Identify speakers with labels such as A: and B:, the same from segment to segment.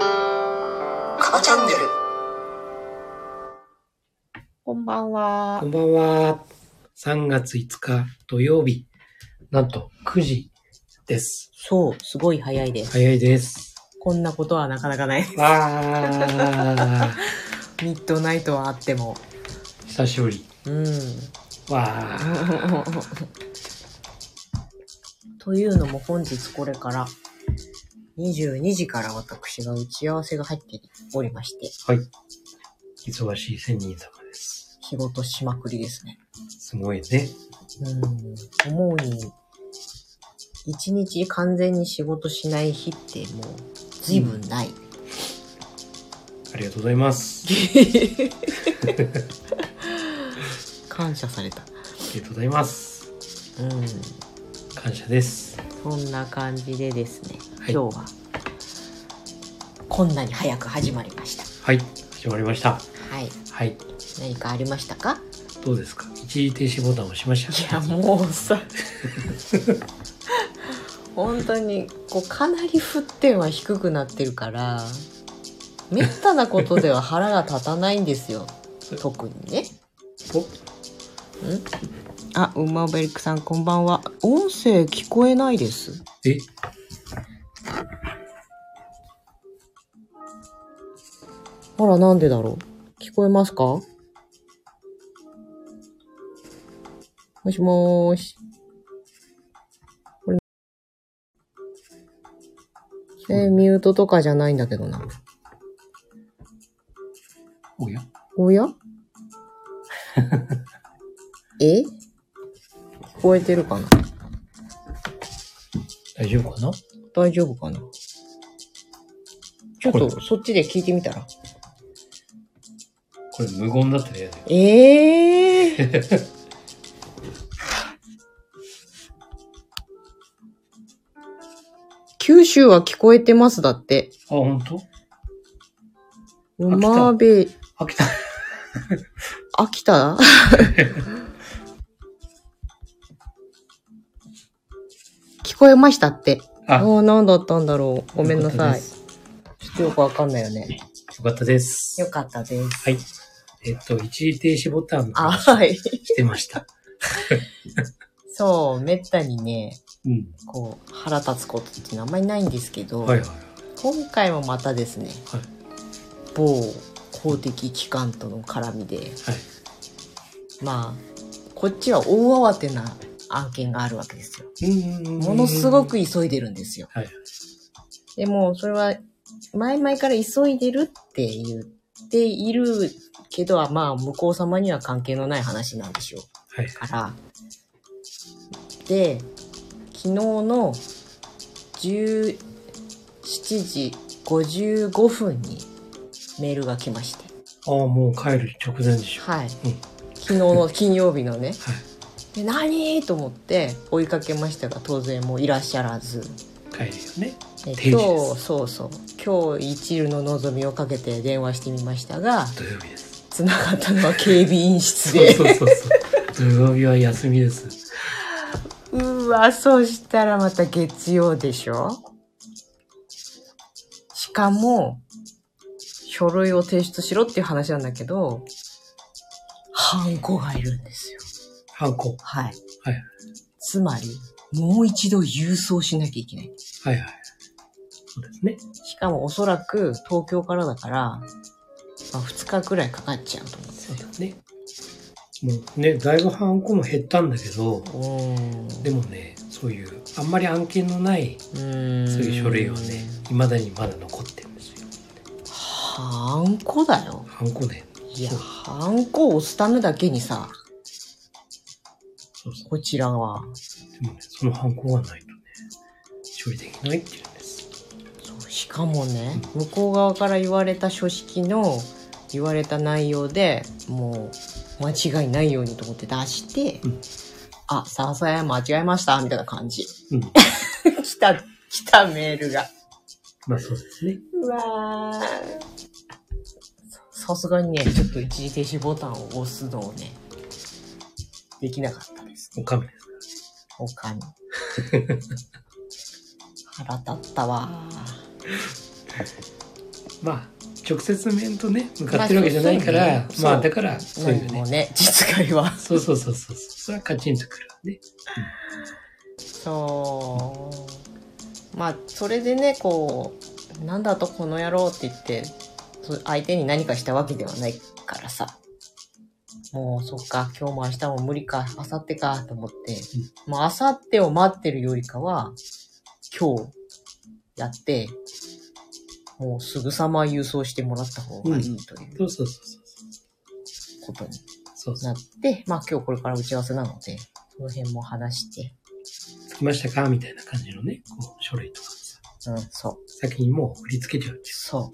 A: カバチャンネル
B: こんばんは
C: こ。んばんは。3月5日土曜日。なんと9時です。
B: そう、すごい早いです。
C: 早いです。
B: こんなことはなかなかない。
C: わー。
B: ミッドナイトはあっても。
C: 久しぶり。
B: うん。
C: わー。
B: というのも本日これから、22時から私が打ち合わせが入っておりまして、
C: はい。忙しい仙人様です。
B: 仕事しまくりですね。
C: すごいね。
B: うん。思うに、一日完全に仕事しない日ってもう、ずいぶんない。
C: ありがとうございます。あ
B: 感謝された。
C: りがとうございます。
B: うん。
C: 感謝です。
B: そんな感じでですね、
C: はい
B: 今日はこんなに早く始まりました。
C: はい。始まりました。
B: はい、
C: はい。
B: 何かありましたか？
C: どうですか一時停止ボタンを押しまし
B: い
C: た。
B: やもうさ、本当にこうかなり沸点は低くなってるから、めったなことでは腹が立たないんです よ。特にね。
C: お
B: あ、ウマベリックさんこんばんは。音声聞こえないです。
C: え
B: あらなんでだろう。聞こえますか？もしもーし。これえーミュートとかじゃないんだけどな。
C: おや
B: お やえ聞こえてるかな
C: 大丈夫かな
B: 大丈夫かなちょっ
C: これ
B: とそっちで聞いてみたら。
C: これ無言だったら嫌だよ。
B: ええ九州は聞こえてますだって。
C: あ、ほんと
B: うまべ、
C: 飽きた。
B: 秋 田聞こえましたって。あ
C: あ、よ
B: あ、なんだったんだろう。ごめんな
C: よか
B: さ
C: ったで
B: い。ちょっとよくわかんないよね。
C: かったです。
B: よかったです。
C: はい。えっと、一時停止ボタンの
B: あ、
C: 話を
B: はい。
C: してました。
B: そう、めったにね、
C: うん。
B: こう、腹立つことってあんまりないんですけど、
C: はいはい。
B: 今回もまたですね、
C: はい
B: 某公的機関との絡みで
C: はい。
B: まあこっちは大慌てな案件があるわけですよも
C: も
B: のすご。く急いでるんですよ、
C: はい
B: でもそれは前々から急いでるって言っているけどまあ向こう様には関係のない話なんでしょう
C: はい。
B: からで昨日の17時55分にメールが来まして
C: ああ、もう帰る直前でしょ。
B: はい
C: うん
B: 昨日の 金曜日のね
C: は
B: で何と思って追いかけましたが当然もういらっしゃらず
C: い。帰るよね。
B: え
C: 定時
B: 今
C: で
B: 日そうそう今日一縷の望みをかけて電話してみましたが
C: 土曜日です。
B: つながったのは警備員室
C: そう
B: で
C: そうそうそう。土曜日は休みです。
B: うわ、そしたらまた月曜でしょしかも、書類を提出しろっていう話なんだけど、ハンコがいるんですよ。
C: ハンコ。
B: はい。
C: はい。
B: つまり、もう一度郵送しなきゃいけない。
C: はいはい。そうですね。
B: しかもおそらく東京からだから、まあ、2日くらいかかっちゃうと思うんです
C: そうだね。もうね、だいぶハンコも減ったんだけど、
B: よ。
C: でもね、そういう、あんまり案件のない、
B: うーん。
C: そういう書類はね、未だにまだ残ってるんですよ。
B: ハンコだよ。
C: ハンコね。
B: いや、
C: そう
B: ハンコを押すためだけにさ、
C: そうそう。
B: こちらは。
C: でもね、そのハンコがないとね、処理できないっていうんです。
B: そうしかもね、向こう側から言われた書式の言われた内容でもう間違いないようにと思って出して、
C: うん
B: あ、笹山間違えました、みたいな感じ。
C: うん。
B: 来た、来たメールが。
C: まあそうですね。
B: うわー。そさすがにね、ちょっと一時停止ボタンを押すのをね、できなかったです。
C: おかめです。
B: おか に。腹立ったわ。
C: まあ、直接面とね、向かってるわけじゃないか
B: ま
C: ら
B: あ、そう
C: まあ、
B: そう
C: だから、そうい
B: も
C: うね
B: う。ね、実害は。
C: そうそうそうそう。それはカチンとくるわね。
B: そう。まあ、それでね、こう、なんだとこの野郎って言って、そう相手に何かしたわけではないからさ。もう、そっか、今日も明日も無理か、明後日か、と思って。もう、明後日を待ってるよりかは、今日、やって、もうすぐさま郵送してもらった方がいいという
C: そうそうそうそう。
B: ことに
C: そうそ
B: な
C: う。
B: って、まあ今日これから打ち合わせなので、その辺も話して、
C: つきましたかみたいな感じのね、こう、書類とかさ。
B: うん、そう。
C: 先にもう振り付けちゃうってい
B: そ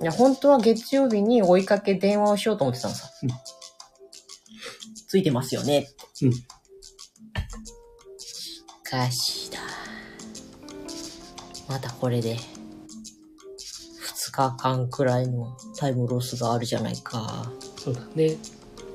B: う。いや、本当は月曜日に追いかけ電話をしようと思ってたのさ。
C: うん
B: ついてますよねって。
C: うん
B: しかしだ。またこれで、2日間くらいのタイムロスがあるじゃないか。
C: う。そうだね。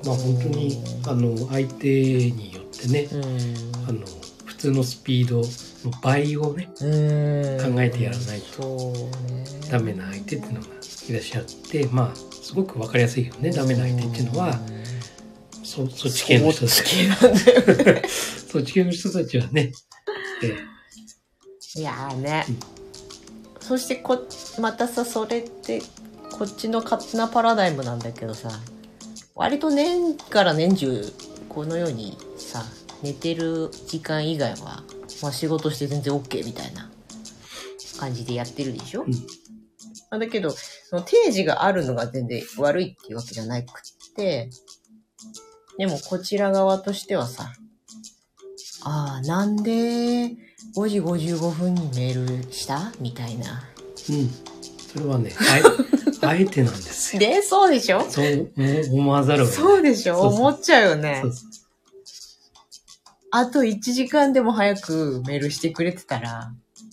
C: まあ本当に、あの、相手によってね、
B: うん。
C: あの、普通のスピードの倍をね、
B: うん。
C: 考えてやらないと
B: そうね。
C: ダメな相手っていうのがいらっしゃって、まあ、すごくわかりやすいよね。ダメな相手っていうのは、そそっち系の人た
B: そっ
C: ち。
B: ち系なんだよ。
C: そっち系の人たちはね、で
B: いやーね、
C: うん
B: そしてこまたさそれってこっちの勝手なパラダイムなんだけどさ割と年から年中このようにさ寝てる時間以外は、まあ、仕事して全然 OK みたいな感じでやってるでしょ、
C: ん
B: まあだけどその定時があるのが全然悪いっていうわけじゃなくってでもこちら側としてはさああなんで5時55分にメールしたみたいな。
C: うん。それはね、あえ あえてなんですよ。
B: で、そうでしょ
C: そう思思わざるを得
B: そ
C: な
B: う
C: い。
B: でしょ
C: そうそう
B: 思っちゃうよね
C: そ。うそう
B: あと1時間でも早くメールしてくれてたら、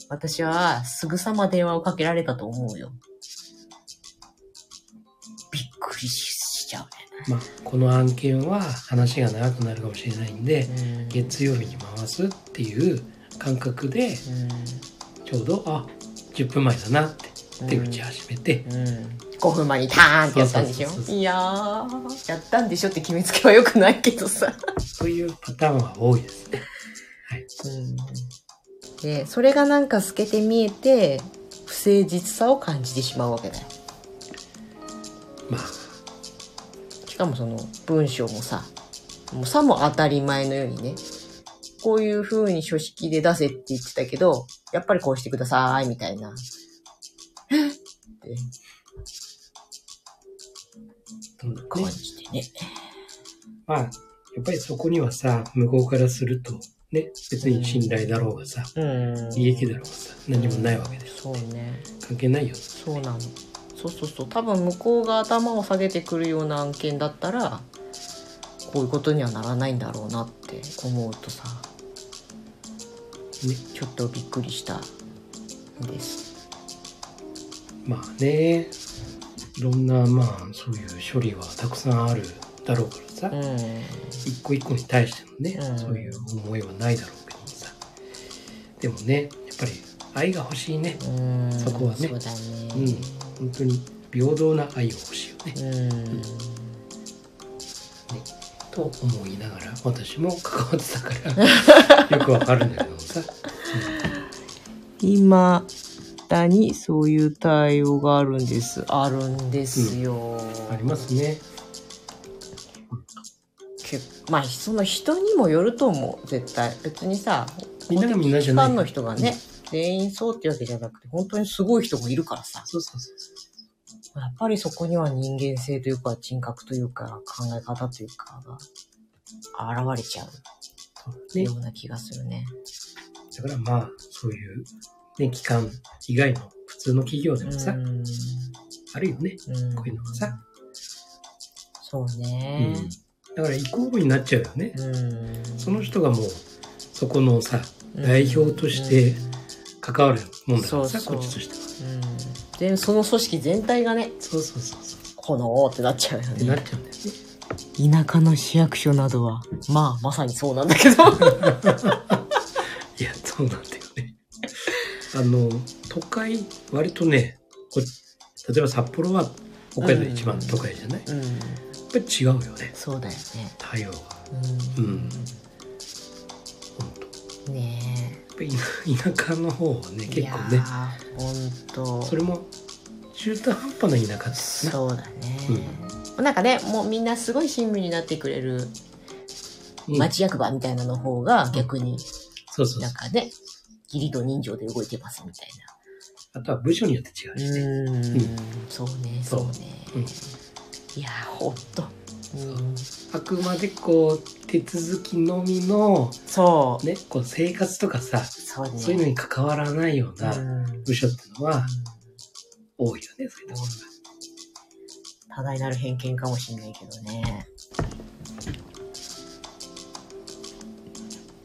B: 私はすぐさま電話をかけられたと思うよ。びっくりしちゃ
C: まあ、この案件は話が長くなるかもしれないんで
B: う、ね。
C: 月曜日に回すっていう感覚で、ちょうど、あ、10分前だなって、で、打ち始めて、
B: うん。5分前にターンってやったんでしょ
C: そうそうそうそう
B: いやー、やったんでしょって決めつけは良くないけどさ。
C: そういうパターンは多いですね。
B: でそれがなんか透けて見えて不誠実さを感じてしまうわけだよ
C: まあ、
B: しかもその文章もさもうさも当たり前のようにねこういう風に書式で出せって言ってたけどやっぱりこうしてくださいみたいなえっって
C: どんどんね
B: 感じてね
C: まあ、やっぱりそこにはさ、向こうからすると、ね、別に信頼だろうがさ、
B: うん
C: 利益だろうがさ、何もないわけで
B: そうね
C: 関係ないよ。
B: そうなのそうそうそう多分向こうが頭を下げてくるような案件だったらこういうことにはならないんだろうなって思うとさ、
C: ね
B: ちょっとびっくりしたんです
C: まあね、いろんな、まあ、そういう処理はたくさんあるだろうからさ、
B: うん
C: 一個一個に対してのね、
B: うん
C: そういう思いはないだろうけどもさ。でもね、やっぱり愛が欲しいね。
B: うん
C: そこはね
B: そうだ
C: うん
B: ね、
C: 本当に平等な愛を欲しいよね。
B: うん
C: と思いながら、私も関わって たから、よくわかるんだけどもさ。
B: 今だにそういう対応があるんですあるんですよ、
C: ありますね。
B: けまあその人にもよると思う絶対別にさ
C: みんながみんなじゃな
B: 公的機関
C: い
B: の人がね、全員そうってわけじゃなくて本当にすごい人もいるからさ
C: そうそうそうそ
B: やっぱりそこには人間性というか人格というか考え方というかが現れちゃ
C: う。そう
B: う
C: ね
B: よ。うな気がするね。
C: だからまあ、そういう、ね、機関以外の普通の企業でもさ、
B: うん
C: あるよね。
B: うん
C: こういうのがさ
B: そう
C: う
B: ね
C: ん。だからイコールになっちゃうよね。
B: うん
C: その人がもう、そこのさ、代表として関わるもんだか
B: そ
C: ら
B: う
C: さ、
B: そう
C: こっちとしては。
B: うんうん全その組織全体がね
C: そうそうそうそう
B: 炎ってなっちゃうよ
C: ってなっ
B: ね
C: ちゃうんだよね
B: 田舎の市役所などはまあまさにそうなんだけど
C: いやそうなんだよねあの都会割とねこう例えば札幌は北海道で一番都会じゃない、やっ
B: うん
C: ぱり違うよね
B: そうだよね
C: 対応が
B: う
C: うん本当
B: んねえ
C: やっぱ田舎の方はね結構
B: い
C: ね
B: やーほんと
C: それも中途半端な田舎ですね
B: そうだね、なんかねもうみんなすごい親身になってくれる
C: うん
B: 町役場みたいなの方が逆に
C: そうそうそ
B: な
C: うん
B: かね義理と人情で動いてますみたい
C: あとは部署によって違うしね、
B: なうん
C: ん
B: そうねそ
C: そうう
B: ね、
C: うん
B: いやーほんとうん
C: あくまでこう手続きのみの
B: そう
C: ねこう生活とかさ
B: そうね
C: そういうのに関わらないよう
B: う
C: なん部署っていうのは多いよねそういうとこ
B: 多大なる偏見かもしんないけどね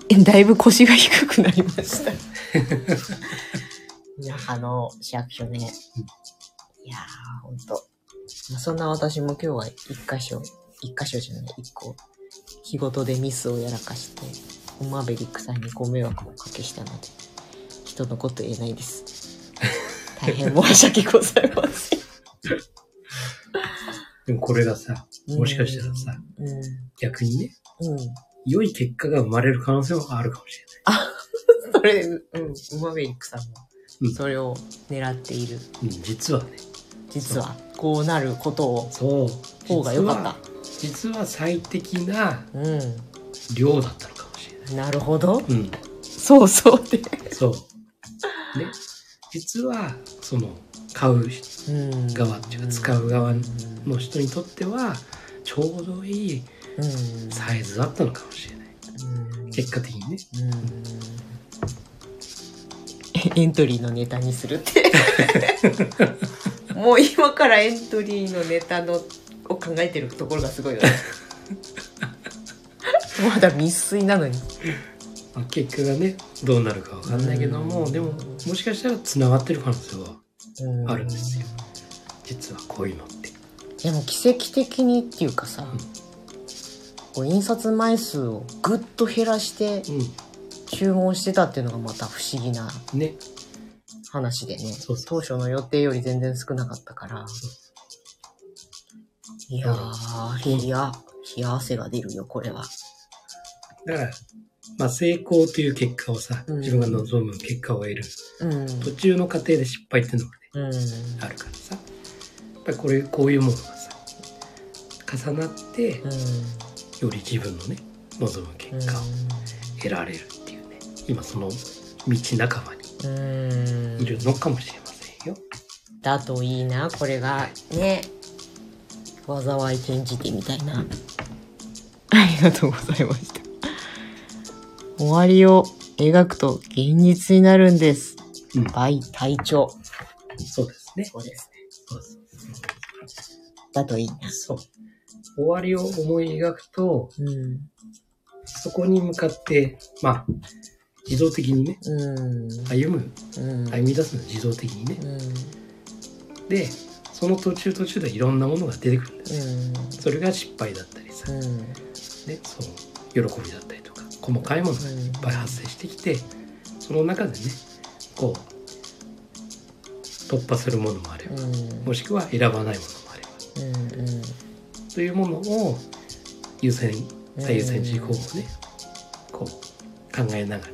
B: えだいぶ腰が低くなりま した田舎の市役所ねいやーほんと、まあ、そんな私も今日は一箇所一箇所じゃない一個仕事でミスをやらかしておマベリックさんにご迷惑をおかけしたので人のこと言えないです 大変申し訳ございません
C: でもこれがさもしかしたらさ
B: うん
C: 逆にね
B: うん。
C: 良い結果が生まれる可能性もあるかもしれない
B: それ、うん、ウマベリックさん
C: う
B: も、
C: ん
B: それを狙っている。
C: うん実はね
B: 実は、こうなることを、
C: そう
B: 方が良かった。
C: 実は実は最適な
B: う
C: 量だったのかもしれない
B: ん。なるほど。
C: うん
B: そうそうで。
C: そう。ね。実は、その、買う
B: うん。
C: 側っていうか、使う側
B: うん
C: の人にとっては、ちょうどいい
B: うん。
C: サイズだったのかもしれない。
B: うん
C: 結果的にね。
B: うん。エントリーのネタにするって。もう今からエントリーのネタのを考えてるところがすごいよ ね。まだ未遂なのに。
C: まあ結果がね、どうなるかわかんないけども、
B: うん
C: でも、もしかしたら繋がってる可能性は、
B: う
C: あるんですよ実はこういうのって。
B: でも奇跡的にっていうかさ、
C: うん
B: こう印刷枚数をぐっと減らして
C: う。
B: 注文してたっていうのがまた不思議なん
C: ね。
B: 話でね
C: そうそ
B: 当
C: う
B: 初の予定より全然少なかったから
C: そう
B: いやー冷や冷や汗が出るよこれは
C: だから、まあ、成功という結果をさ、
B: うん
C: 自分が望む結果を得る。
B: うん
C: 途中の過程で失敗っていうのがね、
B: うん
C: あるからさやっぱりこれこういうものがさ重なって
B: うん
C: より自分のね望む結果を得られるっていうね今その道仲間に
B: うん
C: いるのかもしれませんよ
B: だといいなこれがね災い転じてみたいなありがとうございました終わりを描くと現実になるんです
C: うん
B: 倍体調
C: そうですね
B: そうですね
C: そうです
B: だといいな
C: そう終わりを思い描くと
B: うん
C: そこに向かってまあ自動的にね
B: うん
C: 歩む
B: うん
C: 歩み出すの自動的にね
B: うん
C: でその途中途中でいろんなものが出てくるんですよそれが失敗だったりさ
B: うんうん
C: ね、その喜びだったりとか細かいものがいっぱい発生してきてその中でねこう突破するものもあれば
B: うん
C: もしくは選ばないものもあれば
B: うんうん
C: というものを優先最優先事項をねこう考えながら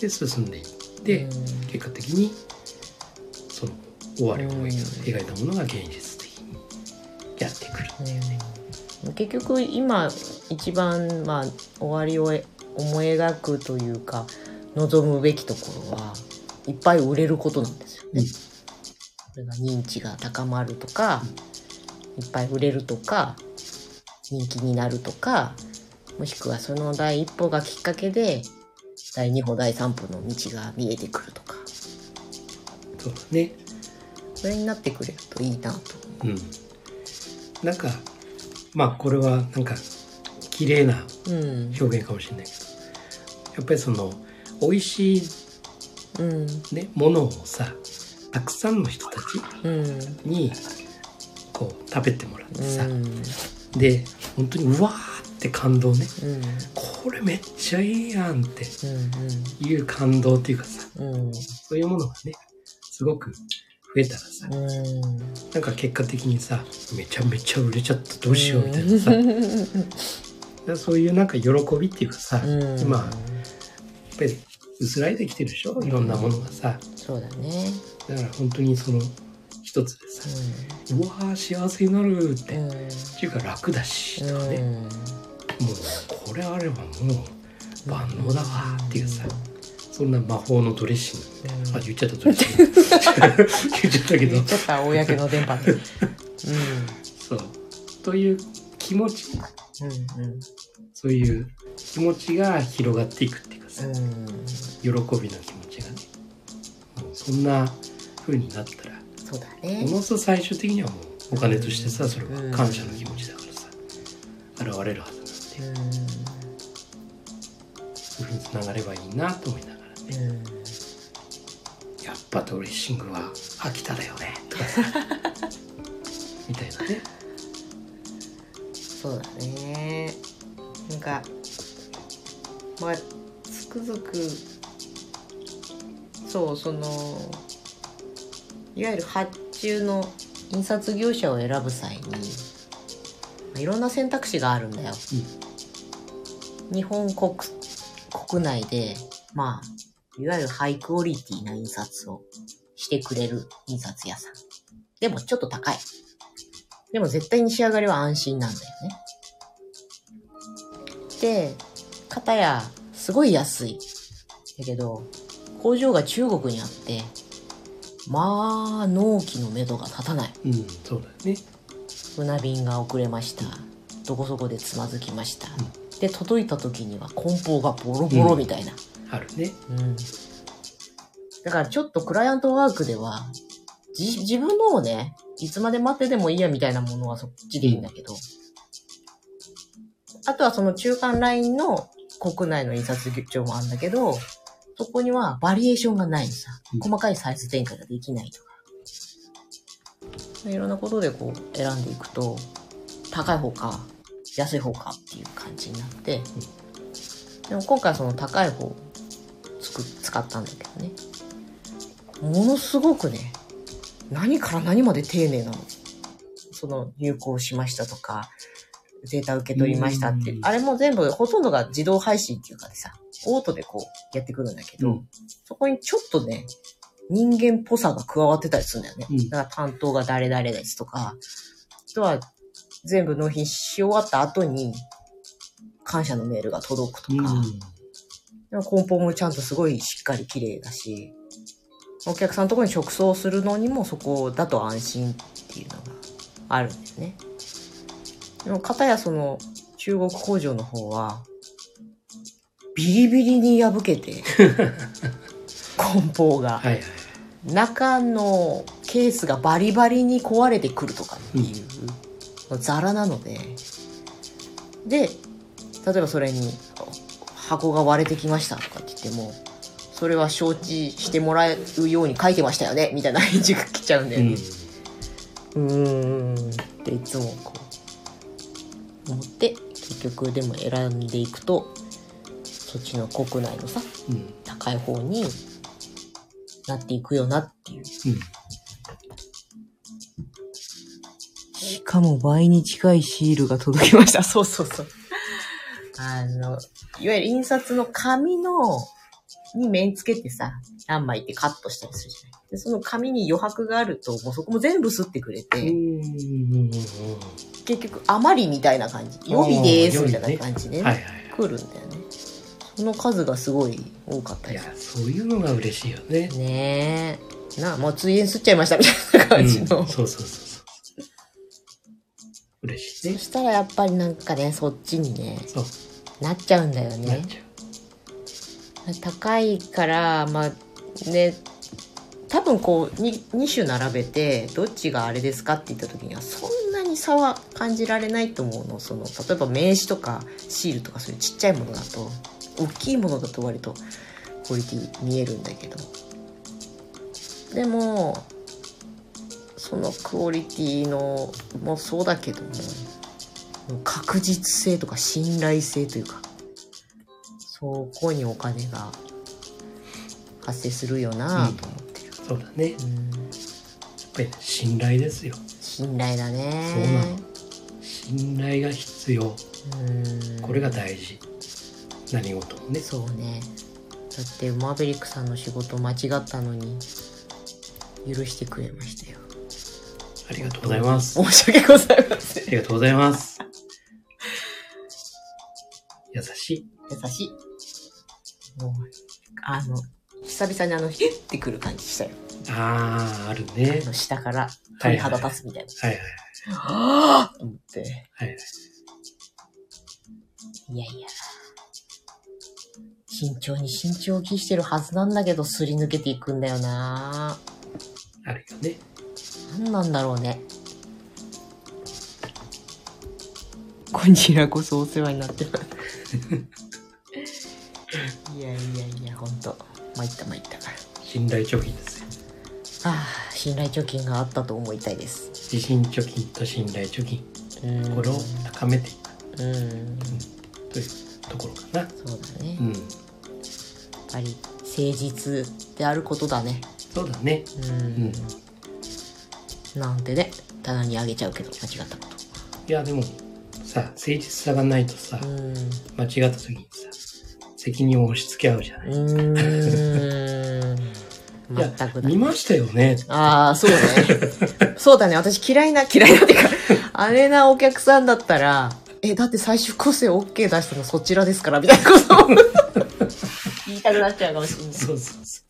C: で進んでいって結果的にその終わりを思い描いたものが現実的にやってくる。
B: 結局今一番、まあ、終わりをえ思い描くというか望むべきところはいっぱい売れることなんですよね。
C: うん
B: それが認知が高まるとか、いっぱい売れるとか人気になるとかもしくはその第一歩がきっかけで第二歩第三歩の道が見えてくるとか
C: そうだね
B: それになってくれるといいなと。
C: うん、なんかまあこれはなんか綺麗な
B: うん
C: 表現かもしれないけどやっぱりその美味しい、
B: うん
C: ね、ものをさたくさんの人たち
B: うん
C: にこう食べてもらってさ、
B: うん
C: で本当にうわーって感動ね
B: うん
C: これめっちゃいいやんって
B: う
C: いう感動っていうかさ
B: んうん
C: そういうものがねすごく増えたらさ
B: うん
C: なんか結果的にさめちゃめちゃ売れちゃったどうしようみたいなさ、だか
B: う
C: らそういうなんか喜びっていうかさ、
B: ん
C: 今やっぱり薄らいできてるでしょいろんなものがさ
B: そうだね
C: だから本当にその一つでさうわー幸せになるって、
B: う
C: っ
B: ん
C: ていうか楽だしとか
B: う
C: ね、
B: ん
C: もうこれあればもう万能だわっていうさそんな魔法のドレッシングあ言っちゃったドレッシング言っちゃったけど
B: 言っちゃった公の電波で
C: そうという気持ち
B: うんうん
C: そういう気持ちが広がっていくっていうかさ、
B: うん
C: 喜びの気持ちがねもうそんな風になったら
B: そうだ
C: お
B: ね
C: のずと最終的にはもうお金としてさそれは感謝の気持ちだからさ現れるはずなんで
B: う
C: そういう風につながればいいなと思いながらね
B: んうん
C: やっぱドレッシングは秋田だよねとかさみたいなね
B: そうだねなんかまあつくづくそうそのいわゆる発注の印刷業者を選ぶ際にまあいろんな選択肢があるんだよ、日本国国内でまあいわゆるハイクオリティな印刷をしてくれる印刷屋さんでもちょっと高いでも絶対に仕上がりは安心なんだよね。で、片やすごい安い。だけど、工場が中国にあって、まあ、納期のめどが立たない。
C: うんそうだよね
B: 船便が遅れました。どこそこでつまずきました。
C: う
B: で、届いた時には梱包がボロボロみたいな。
C: あるね
B: うんだからちょっとクライアントワークでは、じ自分のをね、いつまで待ってでもいいやみたいなものはそっちでいいんだけど、あとはその中間ラインの国内の印刷業長もあるんだけど、そこにはバリエーションがないのさ
C: うん。
B: 細かいサイズ展開ができないとか。いろんなことでこう選んでいくと、高い方か、安い方かっていう感じになって、でも今回はその高い方をつく使ったんだけどね。ものすごくね、何から何まで丁寧なの。その、入稿しましたとか、データ受け取りましたって
C: う、ん
B: あれも全部、ほとんどが自動配信っていうかでさ、オートでこうやってくるんだけど、
C: うん
B: そこにちょっとね、人間っぽさが加わってたりするんだよね。
C: うん
B: だから担当が誰々ですとか、あとは全部納品し終わった後に、感謝のメールが届くとか、でも梱包もちゃんとすごいしっかり綺麗だし、お客さんのところに直送するのにもそこだと安心っていうのがあるんですね。でも、かたやその中国工場の方は、ビリビリに破けて、梱包が。
C: はいはい
B: 中のケースがバリバリに壊れてくるとかっていうザラなのでで例えばそれに箱が割れてきましたとかって言ってもそれは承知してもらうように書いてましたよねみたいな返事が来ちゃうんだよ
C: う
B: ね
C: ん。
B: うーんっていつもこう思って結局でも選んでいくとそっちの国内のさ
C: うん
B: 高い方になっていくよなっていう
C: うん
B: しかも倍に近いシールが届きました。 そうそうそう。あの、いわゆる印刷の紙の、に面つけてさ、何枚ってカットしたりするじゃない。で、その紙に余白があると、もうそこも全部吸ってくれ
C: う
B: て、
C: んうん
B: 結局余りみたいな感じ。予備でー
C: あ
B: す
C: ー
B: みたいな感じで、
C: うん
B: ね
C: はいはいはい
B: 来るんだよね。その数がすごい多かった
C: い
B: で
C: や
B: す。
C: そういうのが嬉しいよね
B: ねえ。なあ、もう通園吸っちゃいましたみたいな感じの。
C: うんそうそうそうそう嬉しい
B: そ
C: ね
B: したらやっぱりなんかね、そっちにね、
C: そう
B: なっちゃうんだよ
C: なっ
B: ね。
C: ちゃう
B: 高いからまあね多分こう 2, 種並べてどっちがあれですかって言った時にはそんなに差は感じられないと思うのその例えば名刺とかシールとかそういうちっちゃいものだと大きいものだと割とクオリティ見えるんだけどでもそのクオリティのもそうだけどももう確実性とか信頼性というかそこにお金が発生するよなと思ってる、
C: そうだねやっ
B: うん
C: ぱりね信頼ですよ
B: 信頼だね
C: 信頼が必要
B: うん
C: これが大事何事もね
B: そうねだってマーベリックさんの仕事間違ったのに許してくれましたよ
C: ありがとうございます
B: 申し訳ございません
C: ありがとうございます優しい
B: 優しいもうあの久々にあのヒュッてくる感じしたよ
C: あああるね
B: あの下から鳥肌立つみたいな
C: はいはい
B: ああと思って
C: はいはい
B: いやいや慎重に慎重を期してるはずなんだけどすり抜けていくんだよな
C: あるよね
B: 何なんだろうねこちらこそお世話になってますいやいやいやほんと参った参った
C: 信頼貯金ですよ
B: ああ信頼貯金があったと思いたいです
C: 自信貯金と信頼貯金
B: うん
C: これを高めてい
B: うん
C: くというところかな
B: そうだね、
C: う
B: やっ
C: ん
B: ぱり誠実であることだね
C: そうだね
B: うん、なんてね棚にあげちゃうけど間違ったこ
C: いやでもさ誠実さがないとさ
B: とうん
C: 間違った時にさ責任を押し付け合うじゃな
B: う
C: い、
B: ーん
C: いや
B: 全くだ
C: 見ましたよね
B: ああ、そう ね。そうだね。私嫌いな、嫌いなっていうか、あれなお客さんだったら、え、だって最終個性 OK 出したのそちらですから、みたいなことを 言いたくなっちゃうかもしれない。
C: そうそうそ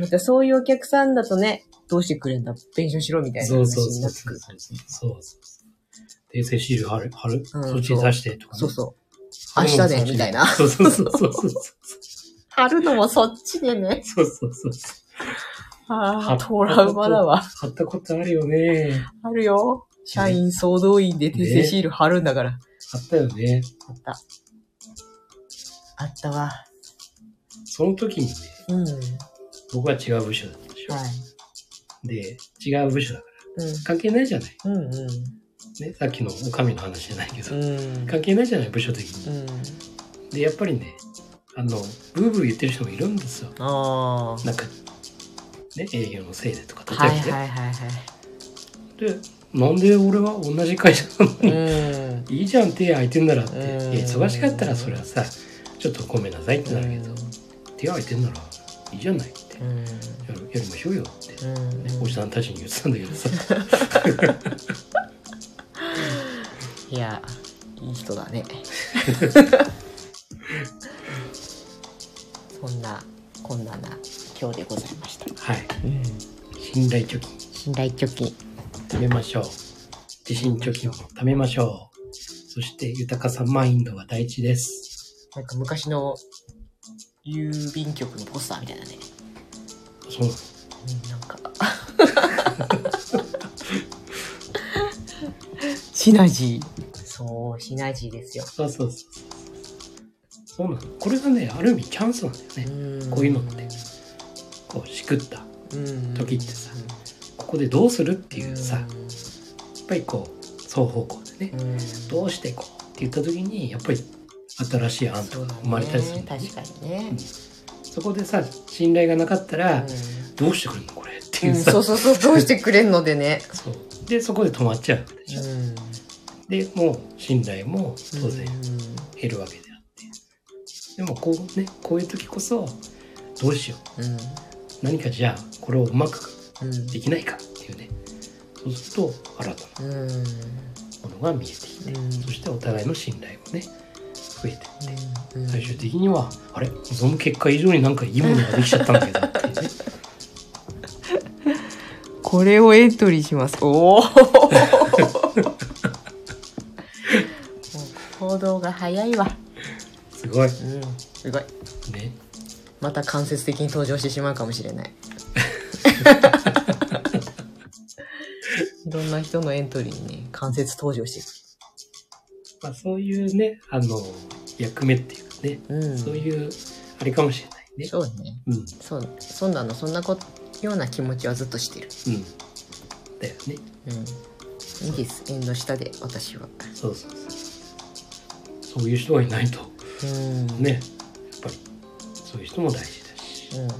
B: またそういうお客さんだとね、どうしてくれんだ弁償しろみたいな
C: うそう
B: 話に
C: そうそ
B: な
C: う
B: ってく
C: そう
B: る。
C: そうそう訂正シール貼る貼る、
B: うん
C: そっちに刺してとかね、
B: そうそう。明日で、みたいな。
C: そうそうそうそうそう
B: 貼るのもそっちでね。
C: そうそうそう
B: あ
C: 貼
B: あ、
C: った
B: トラウマだわ。
C: 貼ったことあるよね
B: あるよ。社員総動員で訂正シール貼るんだから。
C: 貼ったよね
B: あった。あったわ。
C: その時にね
B: うん。は
C: 僕は違う部署だったでしょ、
B: い。
C: で違う部署だから
B: うん。
C: 関係ないじゃない
B: うんうん
C: ねさっきのおかみの話じゃないけ
B: う
C: ど、
B: ん
C: 関係ないじゃない部署的に
B: うん
C: でやっぱりねあのブーブー言ってる人もいるんですよ
B: あ
C: なんかね営業のせいでとか
B: あ
C: 例
B: は
C: えば
B: い
C: ね、
B: はいはいは
C: でなんで俺は同じ会社なの
B: い
C: に、
B: うん
C: いいじゃん手空いてんならって、
B: うん
C: いや忙しかったらそれはさちょっとごめんなさいってなるけど、手空いてんならいいじゃないって、
B: うん
C: やるやりましょうよって、ね
B: うん
C: おじさんたちに言ってたんだけ どさ
B: いやいい人だ ねそんなこんなな今日でございました
C: はい信頼貯金
B: 信頼貯金
C: 貯めましょう自信貯金を貯めましょうそして豊かさマインドが大事です
B: なんか昔の郵便局のポスターみたいなね、
C: そう
B: うん、なん かシナジーそうシナジーですよ
C: そうそうそうそうなのこれがねある意味チャンスなんだよね、こういうのってこうしくった時ってさここでどうするっていうさ、やっぱりこう双方向でね、
B: うん
C: どうしていこうって言った時にやっぱり新しい案とか生まれたりするんだよね
B: 確かにね、
C: そこでさ信頼がなかったら、
B: う
C: どうしてくれるのこれって
B: ん
C: いうさ、
B: そうそうそうどうしてくれんのでね、
C: そうでそこで止まっちゃうわけでしょ、
B: ん、
C: でもう信頼も当然減るわけであって、でもこうねこういう時こそどうしよう
B: うんうん
C: 何かじゃあこれをうまく
B: うん
C: できないかっていうねそうすると新た
B: うん
C: なものが見えてきて、
B: うん
C: そしてお互いの信頼もね増えて
B: うん
C: 最終的には、あれ望む結果以上になんかいいものができちゃったんだけどっていうね
B: これをエントリーします おお行動が早いわ
C: すごい
B: うんすごい
C: ね
B: また間接的に登場してしまうかもしれないいろんな人のエントリーにね間接登場していく
C: まあ、そういうねあの役目っていうかね、
B: うん
C: そういうあれかもしれないね
B: そうね。
C: うん、うん、
B: そう、そんなの、そんなこような気持ちはずっとしてる。
C: だよね。
B: うん。いいです。縁の下で、私は。
C: そうそうそう。そういう人がいないと、
B: うん。
C: ね、やっぱり、そういう人も大事だし。
B: うん。は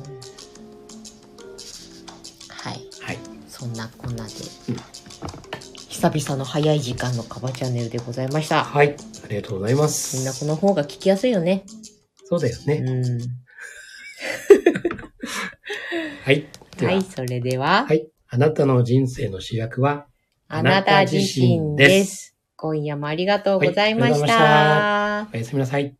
B: い。
C: はい。
B: そんなこんなで
C: うん。
B: 久々の早い時間のカバチャンネルでございました。
C: はい。ありがとうございます。
B: みんなこの方が聞きやすいよね。
C: そうだよ
B: う
C: ね。
B: ん。
C: はい。で
B: は
C: は、
B: い、それでは、
C: はい。あなたの人生の主役は、
B: あなた自身
C: あなた自身
B: で。
C: です
B: 今夜もありがとうございまし
C: はいありがとうござい
B: た。
C: おやすみなさい。